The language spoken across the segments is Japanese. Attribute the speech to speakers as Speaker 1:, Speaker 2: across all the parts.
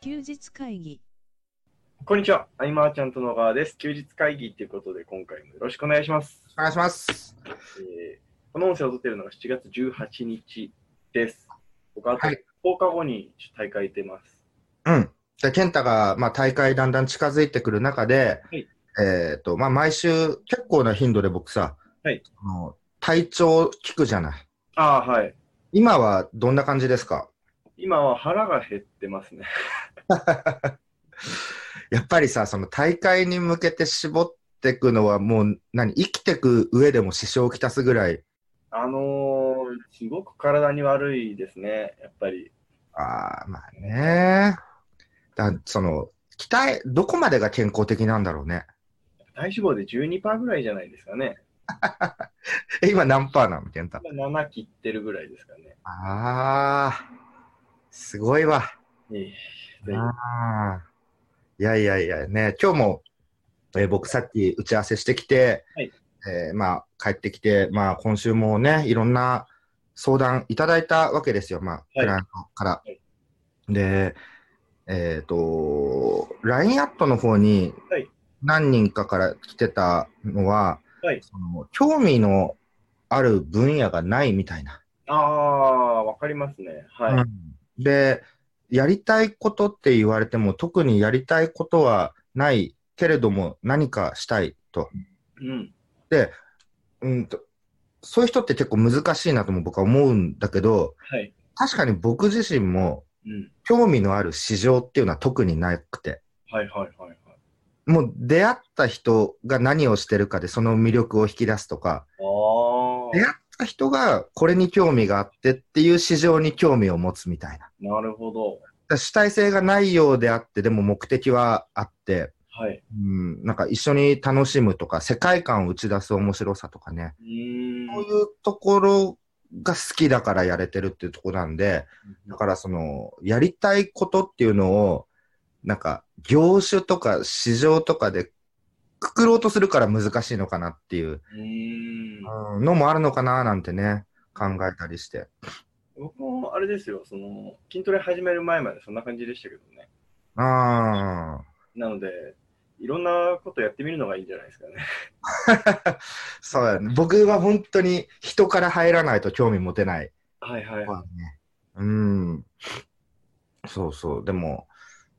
Speaker 1: 休日会議
Speaker 2: こんにちは。アイマーちゃんと野川です。休日会議ということで、今回もよろしくお願いします。
Speaker 3: お願いします。
Speaker 2: えーこの音声を撮っているのが7月18日です。僕はあと
Speaker 3: はい
Speaker 2: 10日後に大会出ます。
Speaker 3: うん。で、健太が、まあ、大会だんだん近づいてくる中で、
Speaker 2: はい
Speaker 3: えっ、と、まあ、毎週結構な頻度で僕さ、
Speaker 2: はい
Speaker 3: あの体調聞くじゃない。
Speaker 2: ああ、はい。
Speaker 3: 今はどんな感じですか
Speaker 2: 今は腹が減ってますね。
Speaker 3: やっぱりさ、その大会に向けて絞っていくのはもう何生きてく上でも支障をきたすぐらい、
Speaker 2: あのー、すごく体に悪いですね、やっぱり。
Speaker 3: ああ、まあね。だその、鍛え、どこまでが健康的なんだろうね。
Speaker 2: 体脂肪で12%ぐらいじゃないですかね。
Speaker 3: え、今何パーなの健太。
Speaker 2: 今7切ってるぐらいですかね。
Speaker 3: ああ、すごいわ。
Speaker 2: ええぜ
Speaker 3: ああ。いやいやいや、ね、今日も、えー僕さっき打ち合わせしてきて、
Speaker 2: はい
Speaker 3: えーまあ、帰ってきて、まあ、今週もね、いろんな相談いただいたわけですよ、まあ、クライアントから。
Speaker 2: い
Speaker 3: で、えっ、と、LINE アットの方に
Speaker 2: はい
Speaker 3: 何人かから来てたのは、
Speaker 2: はい
Speaker 3: その興味のある分野がないみたいな。
Speaker 2: ひああ、わかりますね。はい。
Speaker 3: うんで、やりたいことって言われても、特にやりたいことはないけれども、何かしたいと。
Speaker 2: うん。
Speaker 3: うんとそういう人って結構難しいなとも僕は思うんだけど、
Speaker 2: はい。
Speaker 3: 確かに僕自身も
Speaker 2: うん。
Speaker 3: 興味のある市場っていうのは特になくて、
Speaker 2: はいはいはいはい。
Speaker 3: もう出会った人が何をしてるかでその魅力を引き出すとか、
Speaker 2: あ
Speaker 3: 出会った人がこれに興味があってっていう市場に興味を持つみたいな。
Speaker 2: あ、なるほど。
Speaker 3: だから主体性がないようであって、でも目的はあって、
Speaker 2: はい。
Speaker 3: うん、なんか一緒に楽しむとか、世界観を打ち出す面白さとかね、
Speaker 2: うーん。
Speaker 3: こういうところが好きだからやれてるっていうところなんで、だからその、やりたいことっていうのを、なんか、業種とか市場とかでくくろうとするから難しいのかなっていう
Speaker 2: うーん。
Speaker 3: うんのもあるのかななんてね、考えたりして。
Speaker 2: 僕もあれですよ、その筋トレ始める前までそんな感じでしたけどね。
Speaker 3: ああ、
Speaker 2: なので、いろんなことやってみるのがいいんじゃないですかね。
Speaker 3: そうやね。僕は本当に人から入らないと興味持てない。
Speaker 2: はいはい。
Speaker 3: まあね。うん。そうそう。でも、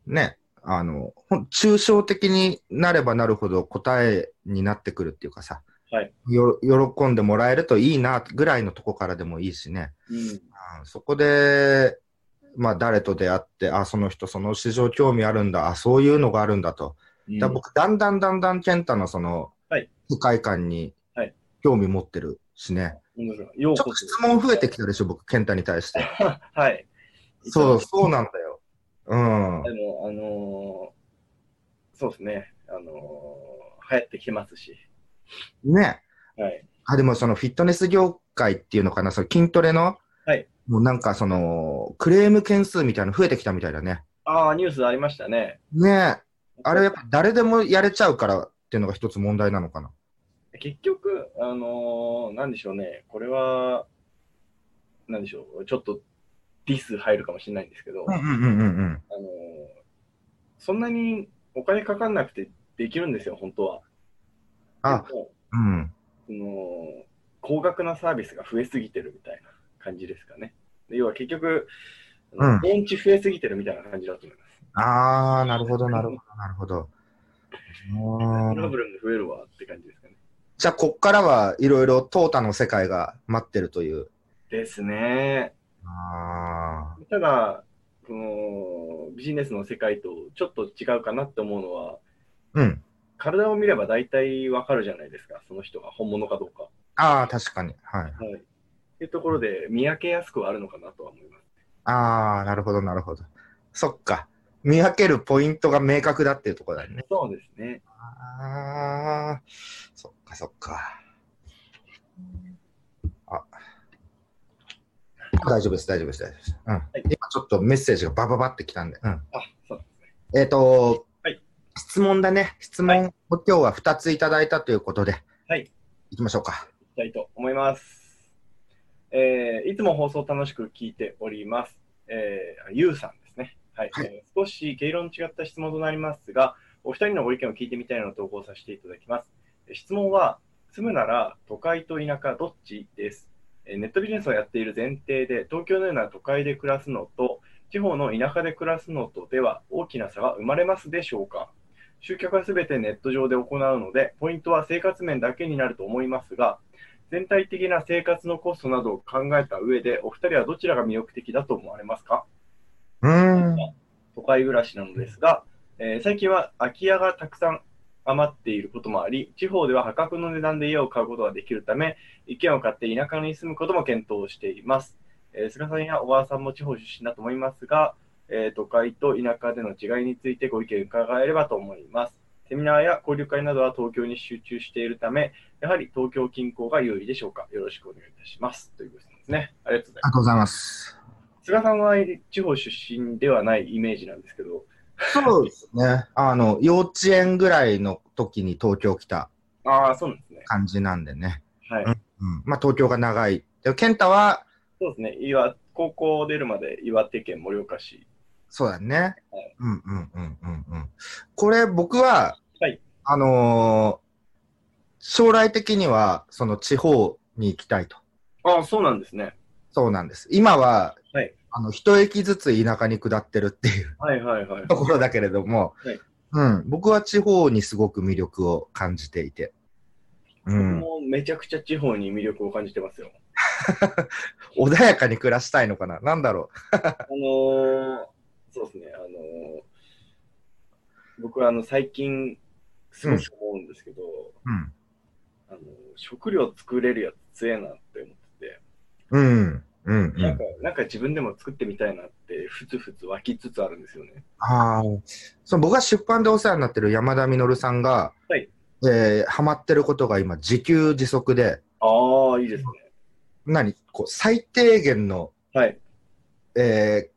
Speaker 3: ね、あの、ほん抽象的になればなるほど答えになってくるっていうかさ、
Speaker 2: はい
Speaker 3: よ喜んでもらえるといいなぐらいのとこからでもいいしね。
Speaker 2: うん。
Speaker 3: うんそこで、まあ、誰と出会って、あ、その人、その市場興味あるんだ、あ、そういうのがあるんだと。
Speaker 2: うん
Speaker 3: だから僕、だんだんだんだん、健太のその、
Speaker 2: はい
Speaker 3: 世界観に
Speaker 2: はい
Speaker 3: 興味持ってるしね。
Speaker 2: 本当ですかよう
Speaker 3: ちょっ
Speaker 2: ことそ。
Speaker 3: 質問増えてきたでしょ、僕、健太に対し て。
Speaker 2: はい。
Speaker 3: そう、
Speaker 2: で
Speaker 3: そうなんだよ。うん。
Speaker 2: も、あのーそうですね。あのー流行ってきてますし。
Speaker 3: ね。
Speaker 2: はい。
Speaker 3: あ、でもそのフィットネス業界っていうのかな、その筋トレの、
Speaker 2: はい
Speaker 3: もうなんかその、クレーム件数みたいなの増えてきたみたいだね。
Speaker 2: ああ、ニュースありましたね。
Speaker 3: ねあれはやっぱ誰でもやれちゃうからっていうのが一つ問題なのかな。
Speaker 2: 結局、あのーなんでしょうね、これは、なんでしょう、ちょっとディス入るかもしれないんですけど、あのー
Speaker 3: んうんうんうん。
Speaker 2: そんなにお金かかんなくてできるんですよ、本当は。
Speaker 3: あ
Speaker 2: でも
Speaker 3: うん。
Speaker 2: その高額なサービスが増えすぎてるみたいな感じですかね。で要は結局、あの
Speaker 3: うん
Speaker 2: 電池増えすぎてるみたいな感じだと思います。
Speaker 3: あー、なるほど、なるほど、なるほど。う
Speaker 2: トラ
Speaker 3: ーん
Speaker 2: ブルも増えるわって感じですかね。
Speaker 3: じゃあ、こっからはいろいろ淘汰の世界が待ってるという。
Speaker 2: ですね。
Speaker 3: あ
Speaker 2: ただ、このビジネスの世界とちょっと違うかなって思うのは、
Speaker 3: ー。うん。
Speaker 2: 体を見れば大体わかるじゃないですか、その人が本物かどうか。
Speaker 3: あー、確かに。はい。
Speaker 2: はい。っていうところで、見分けやすくはあるのかなとは思います。
Speaker 3: ああ、なるほど、なるほど。そっか。見分けるポイントが明確だっていうところだね。
Speaker 2: そうですね。
Speaker 3: ああ、そっか、そっか。あ大丈夫です、大丈夫です、大丈夫です。うん。
Speaker 2: い
Speaker 3: 今ちょっとメッセージがバババってきたんで。うん。
Speaker 2: あ、そうなんですね。
Speaker 3: えっ、と、
Speaker 2: はい
Speaker 3: 質問だね。質問を今日は2ついただいたということで。
Speaker 2: はい。
Speaker 3: 行きましょうか。
Speaker 2: いきたいと思います。えーいつも放送楽しく聞いております。えー、ゆうさんですね。はい、
Speaker 3: はい
Speaker 2: えー少し毛色の違った質問となりますが、お二人のご意見を聞いてみたいのを投稿させていただきます。えー質問は、住むなら都会と田舎どっちです。えーネットビジネスをやっている前提で、東京のような都会で暮らすのと、地方の田舎で暮らすのとでは大きな差は生まれますでしょうか集客はすべてネット上で行うので、ポイントは生活面だけになると思いますが、全体的な生活のコストなどを考えた上で、お二人はどちらが魅力的だと思われますか
Speaker 3: うーん。
Speaker 2: 都会暮らしなのですが、えー最近は空き家がたくさん余っていることもあり、地方では破格の値段で家を買うことができるため、一軒を買って田舎に住むことも検討しています。えー菅さんや小川さんも地方出身だと思いますが、えー都会と田舎での違いについてご意見伺えればと思います。セミナーや交流会などは東京に集中しているため、やはり東京近郊が有利でしょうか。よろしくお願いいたします。ということですね。ありがとうございます
Speaker 3: ありがとうございます。
Speaker 2: 菅さんは地方出身ではないイメージなんですけど、
Speaker 3: そうですね。あの、幼稚園ぐらいの時に東京来た
Speaker 2: ああ、そうなんですね。
Speaker 3: 感じなんでね。
Speaker 2: はい。
Speaker 3: うん。まあ、東京が長い。で、健太は、
Speaker 2: そうですね。岩高校出るまで岩手県盛岡市。
Speaker 3: そうだね
Speaker 2: はい。
Speaker 3: うんうんうんうんうん。これ、僕は、
Speaker 2: はい
Speaker 3: あのー将来的には、その地方に行きたいと。
Speaker 2: ああ、そうなんですね。
Speaker 3: そうなんです。今は、
Speaker 2: はい
Speaker 3: あの、一駅ずつ田舎に下ってるっていう
Speaker 2: はいはいはい。
Speaker 3: ところだけれども、
Speaker 2: はい
Speaker 3: うん、僕は地方にすごく魅力を感じていて、う
Speaker 2: 僕
Speaker 3: ん、
Speaker 2: もめちゃくちゃ地方に魅力を感じてますよ。
Speaker 3: 穏やかに暮らしたいのかな、なんだろ
Speaker 2: あのー、そうですね。あのー、僕はあの最近、すごく思うんですけど、
Speaker 3: う、
Speaker 2: あのー食料作れるやつ強えなって思ってて、
Speaker 3: うん、うん、うん、う
Speaker 2: なん
Speaker 3: ん
Speaker 2: か、なんか自分でも作ってみたいなって、ふつふつ湧きつつあるんですよね。
Speaker 3: あーその僕が出版でお世話になってる山田稔さんが、
Speaker 2: はい
Speaker 3: えーハマってることが今、自給自足で、
Speaker 2: ああ、いいですね。
Speaker 3: 何こう最低限の、
Speaker 2: はい。
Speaker 3: えー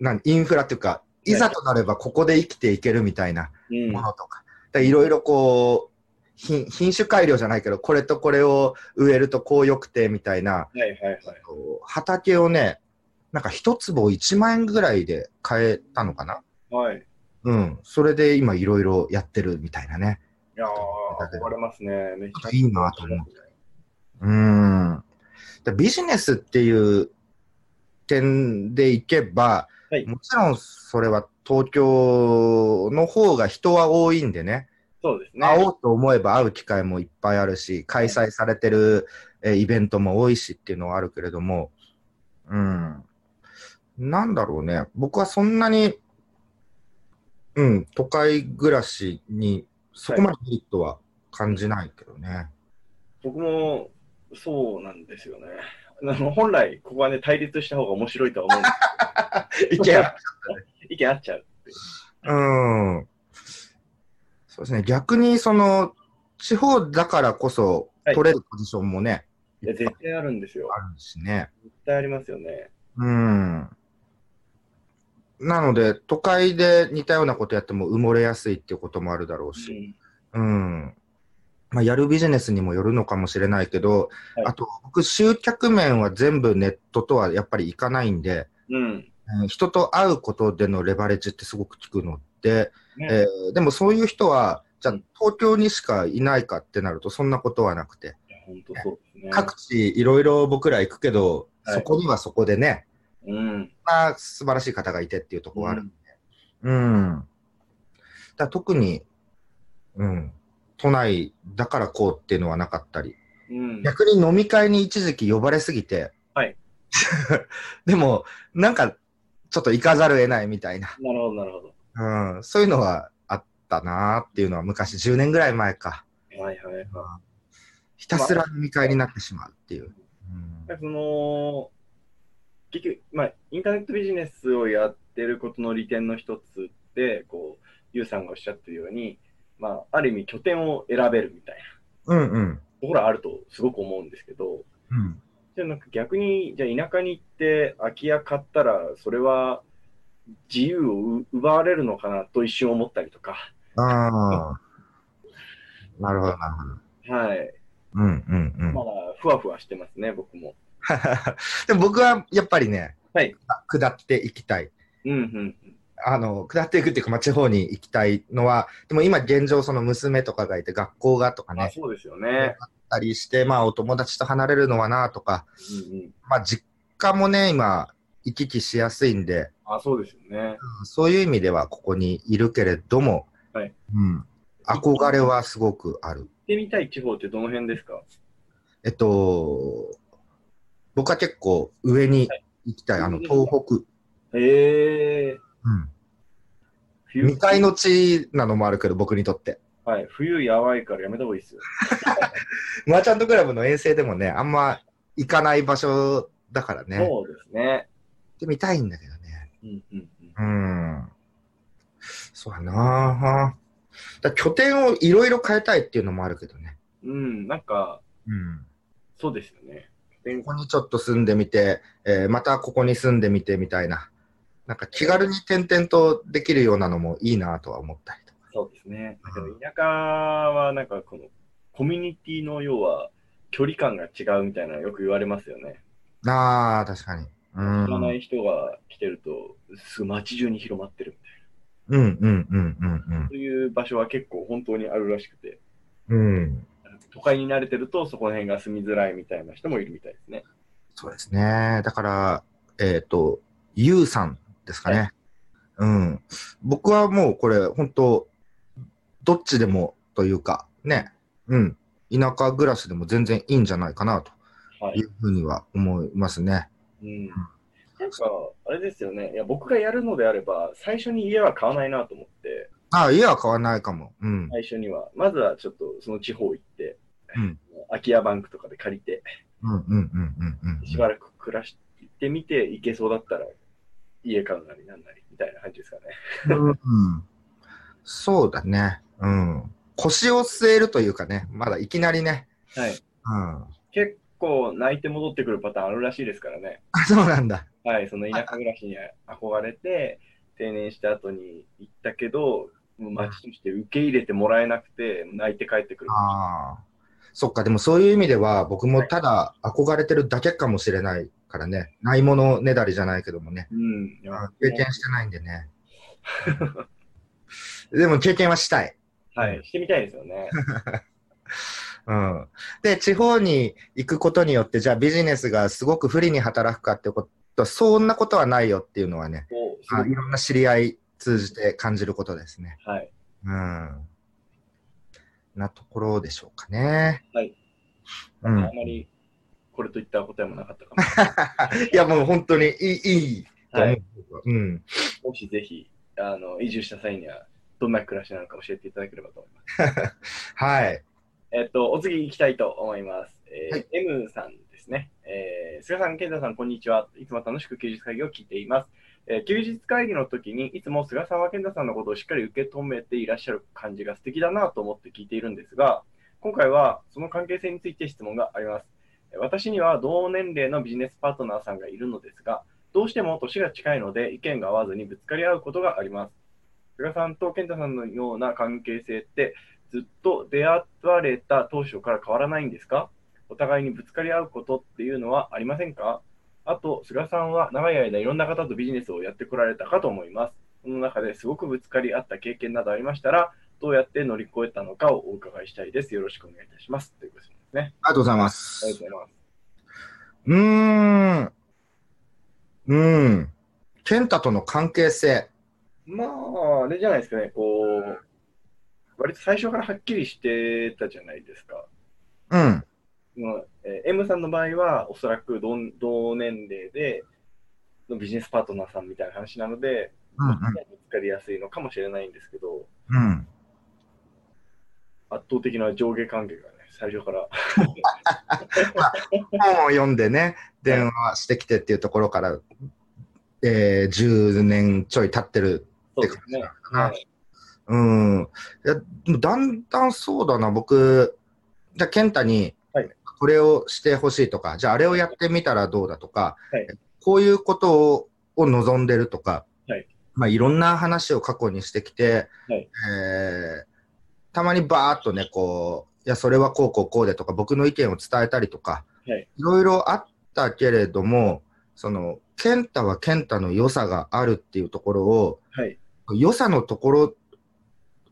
Speaker 3: 何インフラっていうか、いざとなればここで生きていけるみたいな。
Speaker 2: うん。
Speaker 3: ものとか。だからいろいろこう品、品種改良じゃないけど、これとこれを植えるとこう良くてみたいな、
Speaker 2: はいはいはい。
Speaker 3: こう畑をね、なんか一坪1万円ぐらいで買えたのかな
Speaker 2: はい。
Speaker 3: うん。それで今いろいろやってるみたいなね。
Speaker 2: いやー、憧れますね。めっちゃ
Speaker 3: いいなと思ううーん。だからビジネスっていう点でいけば、
Speaker 2: はい
Speaker 3: もちろんそれは東京の方が人は多いんでね。
Speaker 2: そうですね。
Speaker 3: 会おうと思えば会う機会もいっぱいあるし、開催されてる、えーイベントも多いしっていうのはあるけれども、うん。なんだろうね。僕はそんなに、うん、都会暮らしにそこまでメリットは感じないけどね。
Speaker 2: 僕もそうなんですよね。あの本来、ここはね、対立した方が面白いとは思うんで
Speaker 3: いけや。
Speaker 2: す意見あっちゃう。
Speaker 3: うん。そうですね。逆に、その、地方だからこそ
Speaker 2: はい
Speaker 3: 取れるポジションもね、
Speaker 2: いや、
Speaker 3: いっぱ
Speaker 2: 絶
Speaker 3: い
Speaker 2: 対あるんですよ。
Speaker 3: あるしね。
Speaker 2: 絶対ありますよね。
Speaker 3: うん。なので、都会で似たようなことやっても埋もれやすいっていうこともあるだろう
Speaker 2: う
Speaker 3: し、
Speaker 2: ん。
Speaker 3: うん。まあ、やるビジネスにもよるのかもしれないけど、
Speaker 2: はい
Speaker 3: あと、僕、集客面は全部ネットとはやっぱりいかないんで、
Speaker 2: うん。
Speaker 3: うん人と会うことでのレバレッジってすごく効くので、
Speaker 2: ね
Speaker 3: えーでもそういう人は、じゃあ
Speaker 2: うん
Speaker 3: 東京にしかいないかってなると、そんなことはなくて、
Speaker 2: いや本当そうですね。
Speaker 3: 各地いろいろ僕ら行くけど、
Speaker 2: はい
Speaker 3: そこにはそこでね、
Speaker 2: うん。
Speaker 3: まあ、素晴らしい方がいてっていうところはあるうん。だ特に、うん、都内だからこうっていうのはなかったり、
Speaker 2: うん。
Speaker 3: 逆に飲み会に一時期呼ばれすぎて、
Speaker 2: はい。
Speaker 3: でも、なんか、ちょっと行かざるを得ないみたいな、
Speaker 2: なるほど、なるほど。
Speaker 3: うん、そういうのはあったなーっていうのは昔10年ぐらい前か、
Speaker 2: はいはいはい。
Speaker 3: ひたすら飲み会になってしまうっていう。うん
Speaker 2: その結局、まあ、インターネットビジネスをやってることの利点の一つってこうゆうさんがおっしゃってるように、まあ、ある意味拠点を選べるみたいな
Speaker 3: うんうん。
Speaker 2: ところはあるとすごく思うんですけど
Speaker 3: うん。
Speaker 2: じゃあなんか逆にじゃあ田舎に行って空き家買ったらそれは自由をう奪われるのかなと一瞬思ったりとか、
Speaker 3: ああ。なるほど、なるほど。
Speaker 2: はい
Speaker 3: うんうんうん。
Speaker 2: まあ、ふわふわしてますね僕も。
Speaker 3: でも僕はやっぱりね、
Speaker 2: はい
Speaker 3: 下っていきたい。
Speaker 2: うんうん
Speaker 3: あの、下っていくっていうか、まあ、地方に行きたいのは、でも今現状、その娘とかがいて、学校がとか
Speaker 2: うん。あ、
Speaker 3: ね、
Speaker 2: そうですよね。
Speaker 3: あったりして、まあ、お友達と離れるのはなとか、
Speaker 2: うんうん。
Speaker 3: まあ、実家もね、今、行き来しやすいんで、
Speaker 2: あ、そうですよね。
Speaker 3: そういう意味ではここにいるけれども、
Speaker 2: はい
Speaker 3: うん、憧れはすごくある。
Speaker 2: 行ってみたい地方ってどの辺ですか
Speaker 3: えっと、僕は結構上に行きたい、
Speaker 2: はい
Speaker 3: あの、東北。
Speaker 2: へえ。
Speaker 3: うん
Speaker 2: 冬
Speaker 3: 未開の地なのもあるけど、僕にとって。
Speaker 2: はい。冬やばいからやめた方がいいですよ。
Speaker 3: マーチャントクラブの遠征でもね、あんま行かない場所だからね。行っ
Speaker 2: そうですね。
Speaker 3: てみたいんだけどね。
Speaker 2: うんうんうん。
Speaker 3: うん。そうやなぁ。だ拠点をいろいろ変えたいっていうのもあるけどね。
Speaker 2: うん、なんか、
Speaker 3: うん。
Speaker 2: そうですよね。で
Speaker 3: ここにちょっと住んでみて、えーまたここに住んでみてみたいな。なんか気軽に転々とできるようなのもいいなとは思ったりとか。
Speaker 2: そうですね。だけど田舎はなんかこのコミュニティの要は距離感が違うみたいなのよく言われますよね。
Speaker 3: ああ、確かに。う
Speaker 2: 知
Speaker 3: ん。
Speaker 2: らない人が来てると、すぐ街中に広まってるみたい
Speaker 3: うんうんうんうん
Speaker 2: な。そういう場所は結構本当にあるらしくて、
Speaker 3: うん。うん。
Speaker 2: 都会に慣れてるとそこら辺が住みづらいみたいな人もいるみたいですね。
Speaker 3: そうですね。だから、えっ、と、ゆうさんですかね。
Speaker 2: は
Speaker 3: うん。僕はもうこれ、本当どっちでもというか、ね。うん。田舎暮らしでも全然いいんじゃないかなと
Speaker 2: はい
Speaker 3: い。うふうには思いますね。
Speaker 2: うん。なんか、あれですよね。いや、僕がやるのであれば、最初に家は買わないなと思って、
Speaker 3: ああ、家は買わないかも。うん。
Speaker 2: 最初には、まずはちょっとその地方行って、
Speaker 3: うん
Speaker 2: 空き家バンクとかで借りて、
Speaker 3: うんうんうんうんうんうん。
Speaker 2: しばらく暮らしてみて、行けそうだったら、家買うなりなんなりみたいな感じですかね。
Speaker 3: うんそうだね。うん。腰を据えるというかね、まだいきなりね。
Speaker 2: はい。
Speaker 3: うん。
Speaker 2: 結構泣いて戻ってくるパターンあるらしいですからね。
Speaker 3: あ、そうなんだ。
Speaker 2: はい、その田舎暮らしに憧れて、定年した後に行ったけど、もう町として受け入れてもらえなくて、泣いて帰ってくる。
Speaker 3: ああ。そっか、でもそういう意味では、僕もただ憧れてるだけかもしれないからね。ないものねだりじゃないけどもね。
Speaker 2: うん。いや
Speaker 3: 経験してないんでね。でも経験はしたい。
Speaker 2: はい、してみたいですよね。
Speaker 3: うんで、地方に行くことによって、じゃあビジネスがすごく不利に働くかってことは、そんなことはないよっていうのはね、
Speaker 2: こうすご
Speaker 3: あ
Speaker 2: く
Speaker 3: いろんな知り合い通じて感じることですね。
Speaker 2: はい。
Speaker 3: うん。なところでしょうかね。
Speaker 2: はい。
Speaker 3: う
Speaker 2: あ
Speaker 3: ん
Speaker 2: ま。り、これといった答えもなかったかも。
Speaker 3: いや、もう本当にいい、いいと思う。
Speaker 2: はい
Speaker 3: うん。
Speaker 2: もしぜひ、あの、移住した際には、どんな暮らしなのか教えていただければと思います。
Speaker 3: はい。
Speaker 2: えっと、お次行きたいと思います。えー
Speaker 3: はい
Speaker 2: M さんですね。えー、菅さん、健太さん、こんにちは。いつも楽しく休日会議を聞いています。えー休日会議の時に、いつも菅さんは健太さんのことをしっかり受け止めていらっしゃる感じが素敵だなと思って聞いているんですが、今回はその関係性について質問があります。えー私には同年齢のビジネスパートナーさんがいるのですが、どうしても年が近いので意見が合わずにぶつかり合うことがあります。菅さんと健太さんのような関係性って、ずっと出会われた当初から変わらないんですかお互いにぶつかり合うことっていうのはありませんかあと、菅さんは長い間いろんな方とビジネスをやってこられたかと思います。その中ですごくぶつかり合った経験などありましたら、どうやって乗り越えたのかをお伺いしたいです。よろしくお願いいたします。ということですね。
Speaker 3: ありがとうございま
Speaker 2: ありが
Speaker 3: す。
Speaker 2: とうございます。
Speaker 3: うーん。うん。健太との関係性。
Speaker 2: まあ、あれじゃないですかね、こう、割と最初からはっきりしてたじゃないですか。
Speaker 3: うん。
Speaker 2: まあえー M さんの場合は、おそらく同同年齢でのビジネスパートナーさんみたいな話なので、
Speaker 3: うん
Speaker 2: ぶつかりやすいのかもしれないんですけど、
Speaker 3: うん。うん。
Speaker 2: 圧倒的な上下関係がね、最初から。
Speaker 3: 本を読んでね、電話してきてっていうところから、えー、10年ちょい経ってる。
Speaker 2: そうですね。はい、
Speaker 3: うん。いや、でもだんだんそうだな、僕、じゃあ、健太に
Speaker 2: はい、
Speaker 3: これをしてほしいとか、じゃあ、あれをやってみたらどうだとか、
Speaker 2: はい
Speaker 3: こういうことをを望んでるとか、
Speaker 2: はい
Speaker 3: まあ、いろんな話を過去にしてきて、
Speaker 2: はい
Speaker 3: えーたまにバーっとね、こう、いや、それはこうこうこうでとか、僕の意見を伝えたりとか、
Speaker 2: はい
Speaker 3: ろいろあったけれども、その、健太は健太の良さがあるっていうところを、
Speaker 2: はい。
Speaker 3: 良さのところ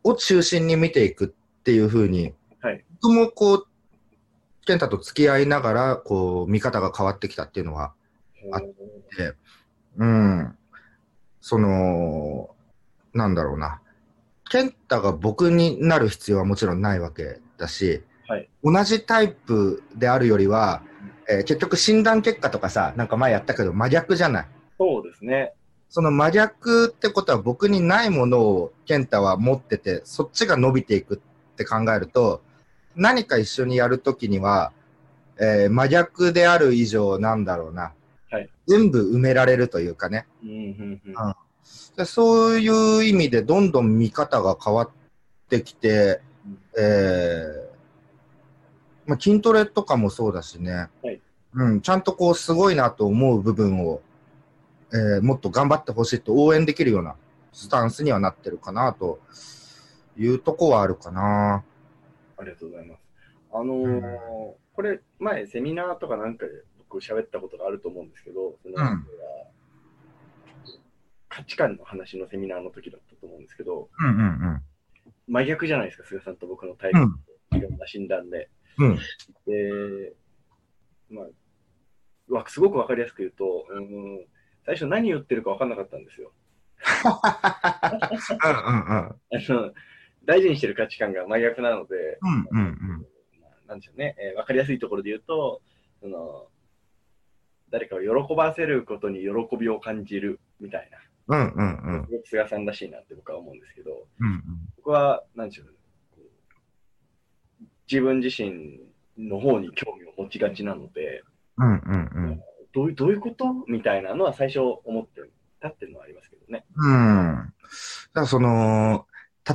Speaker 3: を中心に見ていくっていう風に、
Speaker 2: はい
Speaker 3: 僕もこう、健太と付き合いながら、こう、見方が変わってきたっていうのは、あうん、その、なんだろうな。健太が僕になる必要はもちろんないわけだし、
Speaker 2: はい
Speaker 3: 同じタイプであるよりは、えー結局診断結果とかさ、なんか前やったけど真逆じゃない。
Speaker 2: そうですね。
Speaker 3: その真逆ってことは僕にないものを健太は持ってて、そっちが伸びていくって考えると、何か一緒にやるときには、えー真逆である以上なんだろうな。
Speaker 2: はい
Speaker 3: 全部埋められるというかね。
Speaker 2: うんうんうん。
Speaker 3: あでそういう意味でどんどん見方が変わってきて、えーまあ、筋トレとかもそうだしね、
Speaker 2: はい
Speaker 3: うん、ちゃんとこうすごいなと思う部分を、えーもっと頑張ってほしいと応援できるようなスタンスにはなってるかなというとこはあるかな。
Speaker 2: ありがとうございます。あのー
Speaker 3: うん
Speaker 2: これ、前、セミナーとかなんかで僕、喋ったことがあると思うんですけど、その
Speaker 3: うん
Speaker 2: 価値観の話のセミナーの時だったと思うんですけど、
Speaker 3: うんうん
Speaker 2: 真逆じゃないですか、菅さんと僕のタイ
Speaker 3: う
Speaker 2: プ
Speaker 3: ん。
Speaker 2: いろんな診断で。
Speaker 3: うん。うん。
Speaker 2: で、まあ、わすごくわかりやすく言うと、うん、最初何言ってるかわかんなかったんですよ。
Speaker 3: うん
Speaker 2: あの大事にしてる価値観が真逆なので、
Speaker 3: うん。うんうん
Speaker 2: まあなんでしょうね、えー、分かりやすいところで言うとその、誰かを喜ばせることに喜びを感じるみたい
Speaker 3: うん。うんうんう
Speaker 2: な、
Speaker 3: ん
Speaker 2: すごく菅さんらしいなって僕は思うんですけど、
Speaker 3: うん。
Speaker 2: 僕は、なんでしょうね、こう自分自身の方に興味を持ちがちなので、
Speaker 3: うんうんうん。
Speaker 2: どういうどういうことみたいなのは最初思ってたっていうのはありますけどね。
Speaker 3: うん。だからその、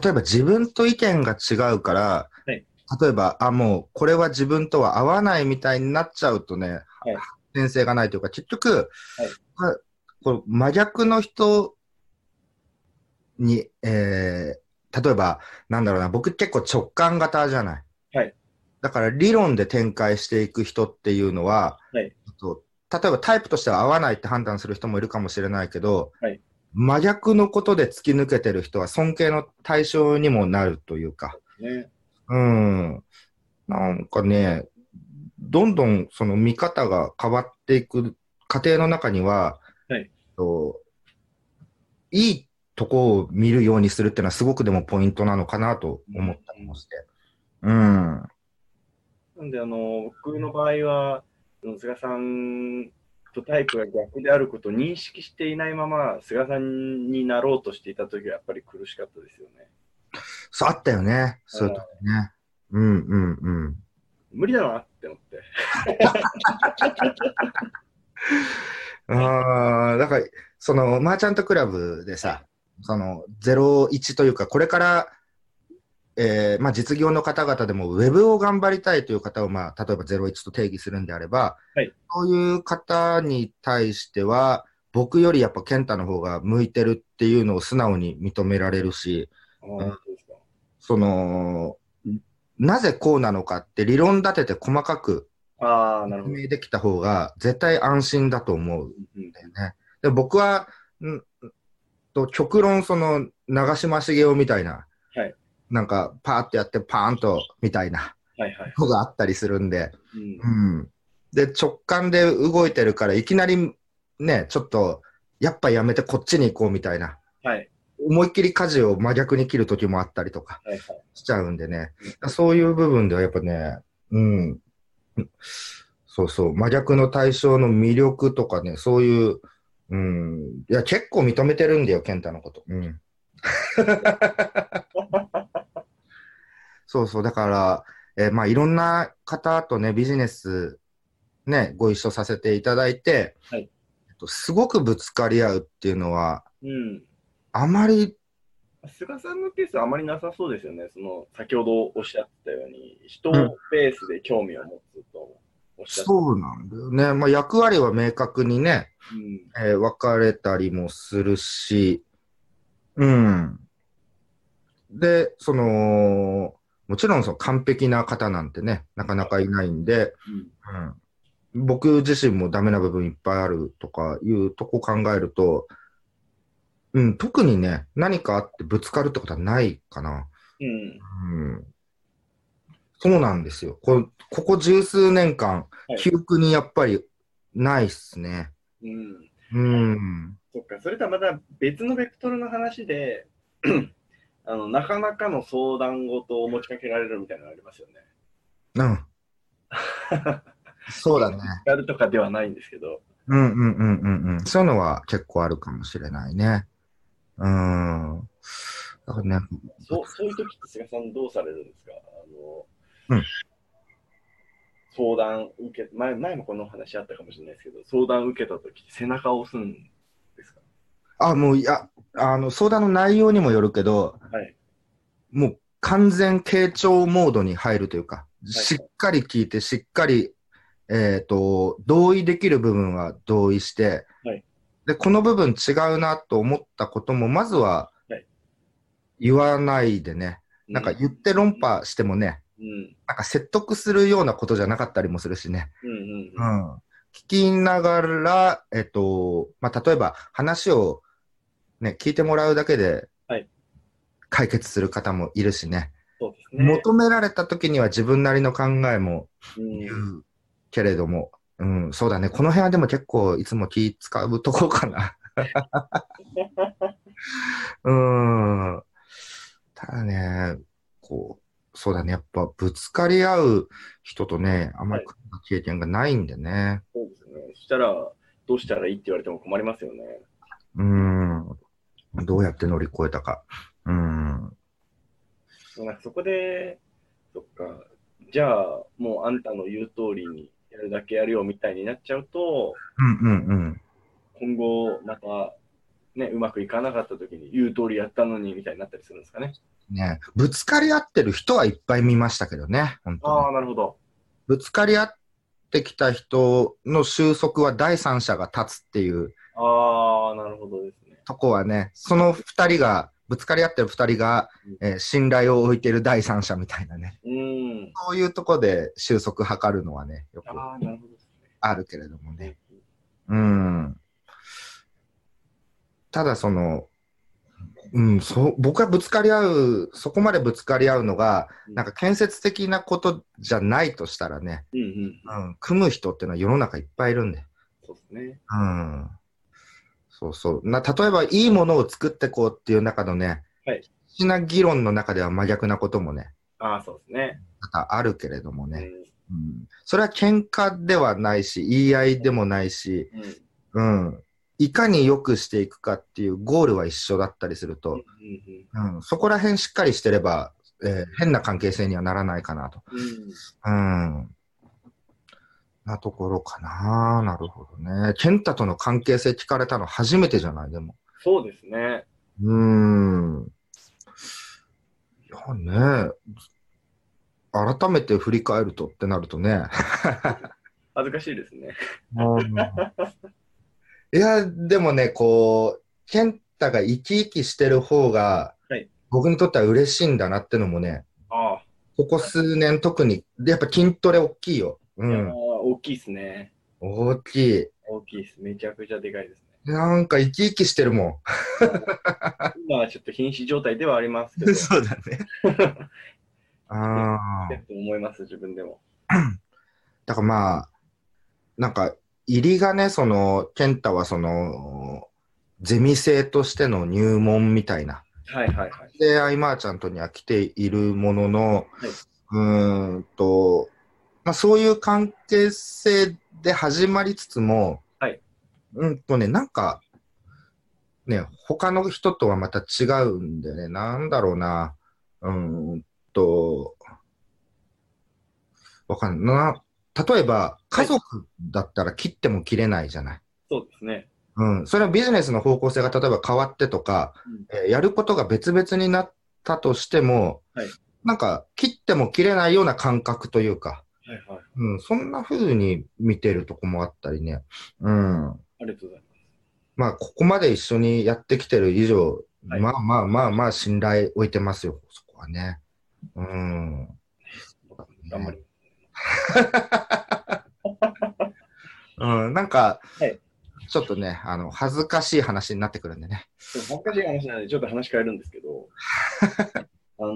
Speaker 3: 例えば自分と意見が違うから、
Speaker 2: はい
Speaker 3: 例えば、あ、もうこれは自分とは合わないみたいになっちゃうとね、発展性がないというか、結局、まこう真逆の人に、えー例えば、なんだろうな、僕結構直感型じゃない。
Speaker 2: はい
Speaker 3: だから理論で展開していく人っていうのは、
Speaker 2: はい
Speaker 3: あと例えばタイプとしては合わないって判断する人もいるかもしれないけど、
Speaker 2: はい
Speaker 3: 真逆のことで突き抜けてる人は尊敬の対象にもなるというか、
Speaker 2: ね
Speaker 3: うん。なんかね、どんどんその見方が変わっていく過程の中には、
Speaker 2: はい
Speaker 3: といいとこを見るようにするっていうのはすごくでもポイントなのかなと思ったりもして。うん。
Speaker 2: なんで、あの、僕の場合は、その菅さんとタイプが逆であることを認識していないまま、菅さんになろうとしていたときは、やっぱり苦しかったですよね。
Speaker 3: そう、あったよね。そういう時ね。うんうんうん。
Speaker 2: 無理だなって思って。
Speaker 3: ああ、だから、その、マーチャントクラブでさ、その、01というか、これから、えーまあ、実業の方々でも、ウェブを頑張りたいという方を、まあ、例えば01と定義するんであれば、
Speaker 2: はい
Speaker 3: そういう方に対しては、僕よりやっぱ健太の方が向いてるっていうのを素直に認められるし、
Speaker 2: ああ、そうですか。
Speaker 3: その、なぜこうなのかって理論立てて細かく
Speaker 2: ああ、なるほ
Speaker 3: 説
Speaker 2: ど。
Speaker 3: 明できた方が絶対安心だと思う
Speaker 2: うん
Speaker 3: だよね。で僕は、んと極論、その、長嶋茂雄みたいな、
Speaker 2: はい
Speaker 3: なんか、パーってやって、パーンと、みたいな
Speaker 2: はいはい。
Speaker 3: のがあったりするんで、
Speaker 2: うん
Speaker 3: うん。で、直感で動いてるから、いきなり、ね、ちょっと、やっぱやめてこっちに行こうみたいな、
Speaker 2: はい
Speaker 3: 思いっきり舵を真逆に切る時もあったりとか
Speaker 2: はいはい。
Speaker 3: しちゃうんでね、そういう部分ではやっぱね、うん。そうそう、真逆の対象の魅力とかね、そういう、うん、いや、結構認めてるんだよ、健太のこと。 うん。そうそう、だから、えーまあ、いろんな方とね、ビジネス、ね、ご一緒させていただいて、
Speaker 2: はい
Speaker 3: えっとすごくぶつかり合うっていうのは、
Speaker 2: うん。
Speaker 3: あまり、
Speaker 2: 菅さんのケースはあまりなさそうですよね。その、先ほどおっしゃったように、人
Speaker 3: うん
Speaker 2: ベースで興味を持つとおっしゃった。
Speaker 3: そうなんだよね。まあ、役割は明確にね、
Speaker 2: うん
Speaker 3: えー別れたりもするし、うん。で、その、もちろんその完璧な方なんてね、なかなかいないんで、
Speaker 2: うん
Speaker 3: うん。僕自身もダメな部分いっぱいあるとかいうとこ考えると、うん、特にね、何かあってぶつかるってことはないかな。
Speaker 2: うん。
Speaker 3: うん。そうなんですよ。こここ十数年間
Speaker 2: はい、
Speaker 3: 記憶にやっぱりないっすね。
Speaker 2: うん。
Speaker 3: うん。
Speaker 2: そっか、それとはまた別のベクトルの話で、 あのなかなかの相談事を持ちかけられるみたいなのありますよね。
Speaker 3: うん。 そうだね。
Speaker 2: やるとかではないんですけど。
Speaker 3: うんうんうんうんうん。そういうのは結構あるかもしれないね。うん。だからね、
Speaker 2: そうそういう時って菅さんどうされるんですかあ
Speaker 3: う
Speaker 2: の、
Speaker 3: ん
Speaker 2: 相談受け前、前もこの話あったかもしれないですけど、相談受けた時背中を押すんですか
Speaker 3: あ、もういや、あの、相談の内容にもよるけど、
Speaker 2: はい。
Speaker 3: もう完全傾聴モードに入るというか、しっかり聞いて、しっかり、えっ、と、同意できる部分は同意して、
Speaker 2: はい
Speaker 3: で、この部分違うなと思ったことも、まずは
Speaker 2: はい
Speaker 3: 言わないでね、なんか言って論破してもね、
Speaker 2: うん。
Speaker 3: なんか説得するようなことじゃなかったりもするしね。
Speaker 2: うんうん
Speaker 3: う。ん聞きながら、えっと、まあ、例えば話をね、聞いてもらうだけで
Speaker 2: はい、
Speaker 3: 解決する方もいるしね。
Speaker 2: そうですね。
Speaker 3: 求められた時には自分なりの考えも
Speaker 2: うん
Speaker 3: 言うけれども、うん、そうだね。この辺はでも結構いつも気使うとこかな。 うん。ただね、こう、そうだね。やっぱぶつかり合う人とね、あんまり経験がないんでね。
Speaker 2: そうですね。そしたら、どうしたらいいって言われても困りますよね。
Speaker 3: うーん。どうやって乗り越えたか。うーん。
Speaker 2: なんかそこで、そっか、じゃあ、もうあんたの言う通りにやるだけやるよみたいになっちゃうと、
Speaker 3: うんうんうん。
Speaker 2: 今後、また、ね、うまくいかなかった時に、言う通りやったのにみたいになったりするんですかね。
Speaker 3: ねぶつかり合ってる人はいっぱい見ましたけどね。本当
Speaker 2: あ
Speaker 3: に
Speaker 2: あ、なるほど。
Speaker 3: ぶつかり合ってきた人の収束は第三者が立つっていう
Speaker 2: ああ、なるほどですね。
Speaker 3: とこはね、その二人が、ぶつかり合ってる二人が、えー信頼を置いてる第三者みたいなね。
Speaker 2: うん。
Speaker 3: そういうとこで収束図るのはね、よく
Speaker 2: ああ、なるほどです
Speaker 3: あるけれどもね
Speaker 2: ね。。
Speaker 3: うん。ただその、うん、そう僕はぶつかり合う、そこまでぶつかり合うのが、なんか建設的なことじゃないとしたらね、
Speaker 2: うんうん。
Speaker 3: うん、組む人っていうのは世の中いっぱいいるんで。
Speaker 2: そうですね。
Speaker 3: うん。そうそう。な例えば、いいものを作ってこうっていう中のね、
Speaker 2: はい
Speaker 3: 必死な議論の中では真逆なこともね、
Speaker 2: ああ、そうですね。
Speaker 3: 多々あるけれどもね、
Speaker 2: う
Speaker 3: うん、それは喧嘩ではないし、言い合いでもないし、
Speaker 2: ん。うん。
Speaker 3: うん、いかに良くしていくかっていうゴールは一緒だったりする
Speaker 2: うん
Speaker 3: と、うん、そこら辺しっかりしてれば、えー変な関係性にはならないかなと。
Speaker 2: うん。うん。
Speaker 3: うん。なところかな。なるほどね。健太との関係性聞かれたの初めてじゃないでも。
Speaker 2: そうですね。
Speaker 3: うん。いやね。改めて振り返るとってなるとね。
Speaker 2: 恥ずかしいですね。
Speaker 3: いや、でもね、こう、健太が生き生きしてる方が、
Speaker 2: はい
Speaker 3: 僕にとっては嬉しいんだなってのもね、
Speaker 2: ああ、
Speaker 3: ここ数年特に、でやっぱ筋トレ大きいよ。う
Speaker 2: いやー
Speaker 3: ん。
Speaker 2: 大きいですね。
Speaker 3: 大きい。
Speaker 2: 大きいです。めちゃくちゃでかいですね。
Speaker 3: なんか生き生きしてるも
Speaker 2: 今はちょっと瀕死状態ではありますけど、
Speaker 3: ん。うだね。 ああ。
Speaker 2: と思います、自分でも。
Speaker 3: だからまあ、なんか、入りがね、その、健太はその、ゼミ生としての入門みたいな
Speaker 2: はいはいはい。
Speaker 3: で、アイマーちゃんとには来ているものの、
Speaker 2: はいう
Speaker 3: ーんと、まあ、そういう関係性で始まりつつも、
Speaker 2: はい
Speaker 3: うんとね、なんか、ね、他の人とはまた違うんでね、なんだろうな、うーんと、わかんないな。例えば、家族だったら切っても切れないじゃない。
Speaker 2: そうですね。
Speaker 3: うん、それはビジネスの方向性が例えば変わってとか、えーやることが別々になったとしても、
Speaker 2: はい
Speaker 3: なんか切っても切れないような感覚というか、
Speaker 2: はいはい。
Speaker 3: うん、そんな風に見てるとこもあったりね。うん。
Speaker 2: ありがとうございます。
Speaker 3: まあ、ここまで一緒にやってきてる以上、
Speaker 2: はい
Speaker 3: まあまあまあまあ信頼置いてますよ、そこはね。うん。
Speaker 2: 頑張ります。
Speaker 3: うん、なんか、
Speaker 2: はい
Speaker 3: ちょっとね、あの、恥ずかしい話になってくるんでね。
Speaker 2: でも恥ずかしい話なんで、ちょっと話変えるんですけ ど、あの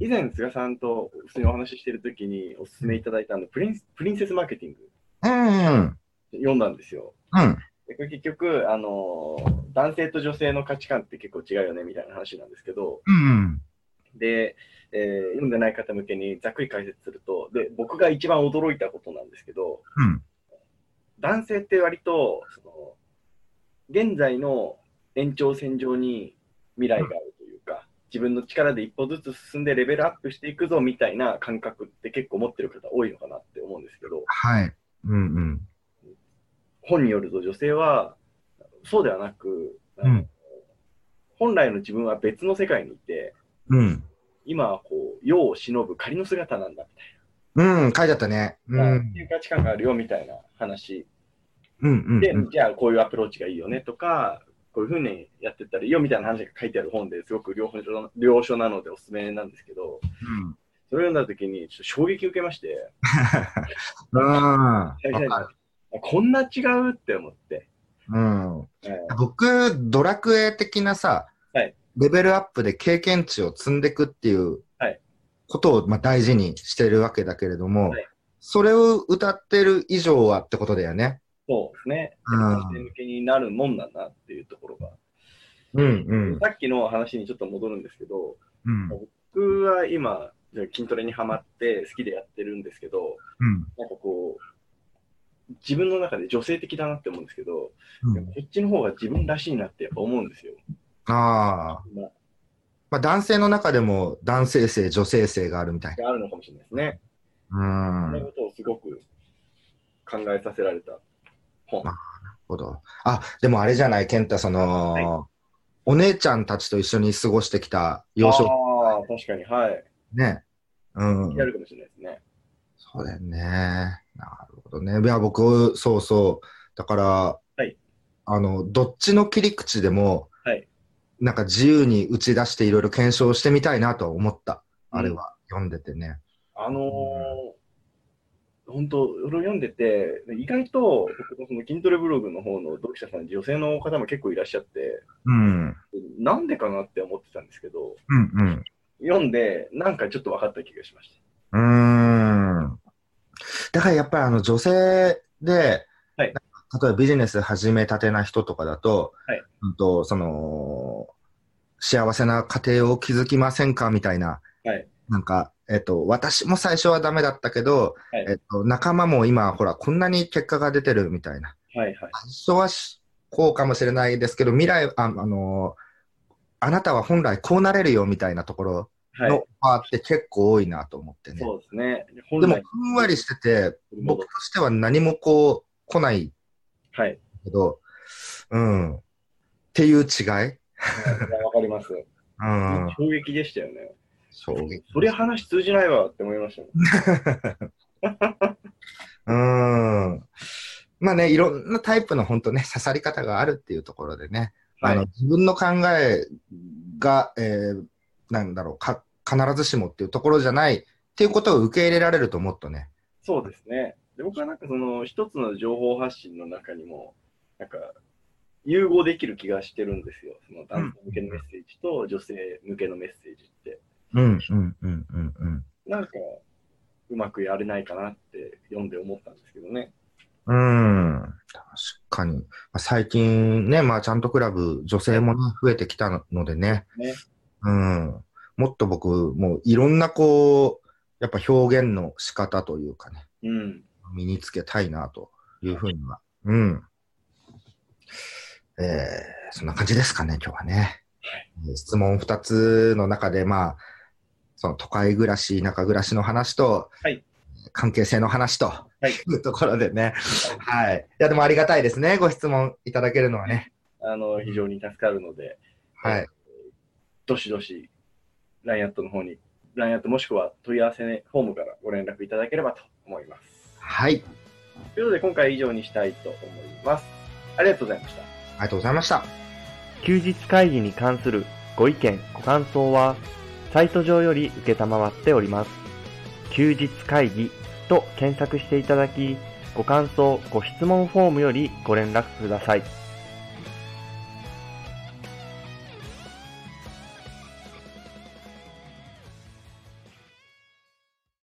Speaker 2: ー以前、菅さんと普通にお話ししてるときにお勧めいただいたあのプリンスプリンセスマーケティング
Speaker 3: うん、うん、
Speaker 2: 読んだんですよ。
Speaker 3: うん、
Speaker 2: でこれ結局、あのー男性と女性の価値観って結構違うよねみたいな話なんですけど、
Speaker 3: うん、
Speaker 2: で、えー読んでない方向けにざっくり解説すると、で、僕が一番驚いたことなんですけど、
Speaker 3: うん
Speaker 2: 男性って割と、その、現在の延長線上に未来があるというか、自分の力で一歩ずつ進んでレベルアップしていくぞみたいな感覚って結構持ってる方多いのかなって思うんですけど、
Speaker 3: はい、うん、うん、
Speaker 2: 本によると女性は、そうではなく、あの
Speaker 3: うん
Speaker 2: 本来の自分は別の世界にいて、
Speaker 3: うん、
Speaker 2: 今はこう、世を忍ぶ仮の姿なんだみたいな。
Speaker 3: うん、書いてあったね。うん、う
Speaker 2: っ
Speaker 3: ん
Speaker 2: ていう価値観があるよみたいな話、
Speaker 3: うん、
Speaker 2: で
Speaker 3: う、ん、
Speaker 2: じゃあこういうアプローチがいいよねとか、こういうふうにやってったらいいよみたいな話が書いてある本ですごく良書良書なのでおすすめなんですけど、それを読んだときにちょっと衝撃を受けまして、
Speaker 3: うん、わかる。
Speaker 2: こんな違うって思って、
Speaker 3: うん。
Speaker 2: はい
Speaker 3: 僕、ドラクエ的なさ、
Speaker 2: はい
Speaker 3: レベルアップで経験値を積んでいくっていう
Speaker 2: はい
Speaker 3: ことを、まあ、大事にしてるわけだけれども、
Speaker 2: はい
Speaker 3: それを歌ってる以上はってことだよね。
Speaker 2: そうですね、
Speaker 3: うん
Speaker 2: 男性向けになるもんだなっていうところが、
Speaker 3: うんうん
Speaker 2: さっきの話にちょっと戻るんですけど、
Speaker 3: うん
Speaker 2: 僕は今、筋トレにハマって好きでやってるんですけど、なんかこう、自分の中で女性的だなって思うんですけど、
Speaker 3: うんう
Speaker 2: こ
Speaker 3: ん
Speaker 2: っちの方が自分らしいなってやっぱ思うんですよ。
Speaker 3: ああ。
Speaker 2: まあ、
Speaker 3: まあ男性の中でも男性性、女性性があるみたい
Speaker 2: があるのかもしれないですね。
Speaker 3: な。
Speaker 2: そう
Speaker 3: うん。ないる
Speaker 2: うことをすごく考えさせられた本。
Speaker 3: まほど。あ、でもあれじゃない、健太、その、
Speaker 2: はい
Speaker 3: お姉ちゃんたちと一緒に過ごしてきた幼少
Speaker 2: ああ、確かに、はい。
Speaker 3: 期ね。うん。
Speaker 2: やるかもしれないですね。
Speaker 3: そうだよね。なるほどね。いや、僕、そうそう。だから、
Speaker 2: はい
Speaker 3: あの、どっちの切り口でも、
Speaker 2: はい
Speaker 3: なんか自由に打ち出していろいろ検証してみたいなとは思った。あれは、読んでてね。
Speaker 2: あのー、本当、俺読んでて、意外と、僕のその筋トレブログの方の読者さん、女性の方も結構いらっしゃって、
Speaker 3: うん。うん
Speaker 2: なんでかなって思ってたんですけど、
Speaker 3: うん。
Speaker 2: 読んで、なんかちょっと分かった気がしました。
Speaker 3: うーんだからやっぱりあの女性で、
Speaker 2: はい
Speaker 3: なんか例えばビジネス始めたてな人とかだと、
Speaker 2: はい
Speaker 3: うんとその幸せな家庭を築きませんかみたいな、
Speaker 2: はい
Speaker 3: なんか、えっと、私も最初はダメだったけど、
Speaker 2: はい
Speaker 3: えっと、仲間も今、ほら、こんなに結果が出てるみたいな。
Speaker 2: はいはい。
Speaker 3: 最初はしこうかもしれないですけど、未来、あ、あのあなたは本来こうなれるよみたいなところ
Speaker 2: はい、
Speaker 3: のオファーって結構多いなと思ってね。
Speaker 2: そうですね。本
Speaker 3: でも、
Speaker 2: 来
Speaker 3: ふんわりしてて、
Speaker 2: 取り戻
Speaker 3: 僕
Speaker 2: す
Speaker 3: としては何もこう、来ない
Speaker 2: はい。
Speaker 3: けど、うん。っていう違い
Speaker 2: わかります。
Speaker 3: うん。
Speaker 2: 衝撃でしたよね。
Speaker 3: 衝撃。
Speaker 2: そりゃ話通じないわって思いましたもん。
Speaker 3: うん。まあね、いろんなタイプの本当ね、刺さり方があるっていうところでね、
Speaker 2: はい
Speaker 3: あの自分の考えが、えーなんだろうか、必ずしもっていうところじゃないっていうことを受け入れられるともっとね。
Speaker 2: そうですね。で僕はなんかその一つの情報発信の中にも、なんか融合できる気がしてるんですよ。その男性向けのメッセージと女性向けのメッセージって。
Speaker 3: うん、うん、うん、うん、うん。
Speaker 2: なんかうまくやれないかなって読んで思ったんですけどね。
Speaker 3: うん、確かに。まあ、最近ね、まあ、ちゃんとクラブ、女性も、ね、増えてきたのでね
Speaker 2: ね
Speaker 3: うん、もっと僕、もういろんなこう、やっぱ表現の仕方というかね、
Speaker 2: うん。
Speaker 3: 身につけたいなというふうには、うん。えー、そんな感じですかね、今日はね。質問2つの中で、まあ、その都会暮らし、田舎暮らしの話と、
Speaker 2: はい
Speaker 3: 関係性の話と、
Speaker 2: はい
Speaker 3: いうところでね、はい。いや、でもありがたいですね、ご質問いただけるのはね。
Speaker 2: あの、非常に助かるので、
Speaker 3: はい。
Speaker 2: どしどし、ラインアットの方に、ラインアットもしくは問い合わせフォームからご連絡いただければと思います。
Speaker 3: はい、
Speaker 2: ということで、今回は以上にしたいと思います。ありがとうございました。
Speaker 3: ありがとうございました。
Speaker 1: 休日会議に関するご意見、ご感想は、サイト上より受けたまわっております。休日会議と検索していただき、ご感想、ご質問フォームよりご連絡ください。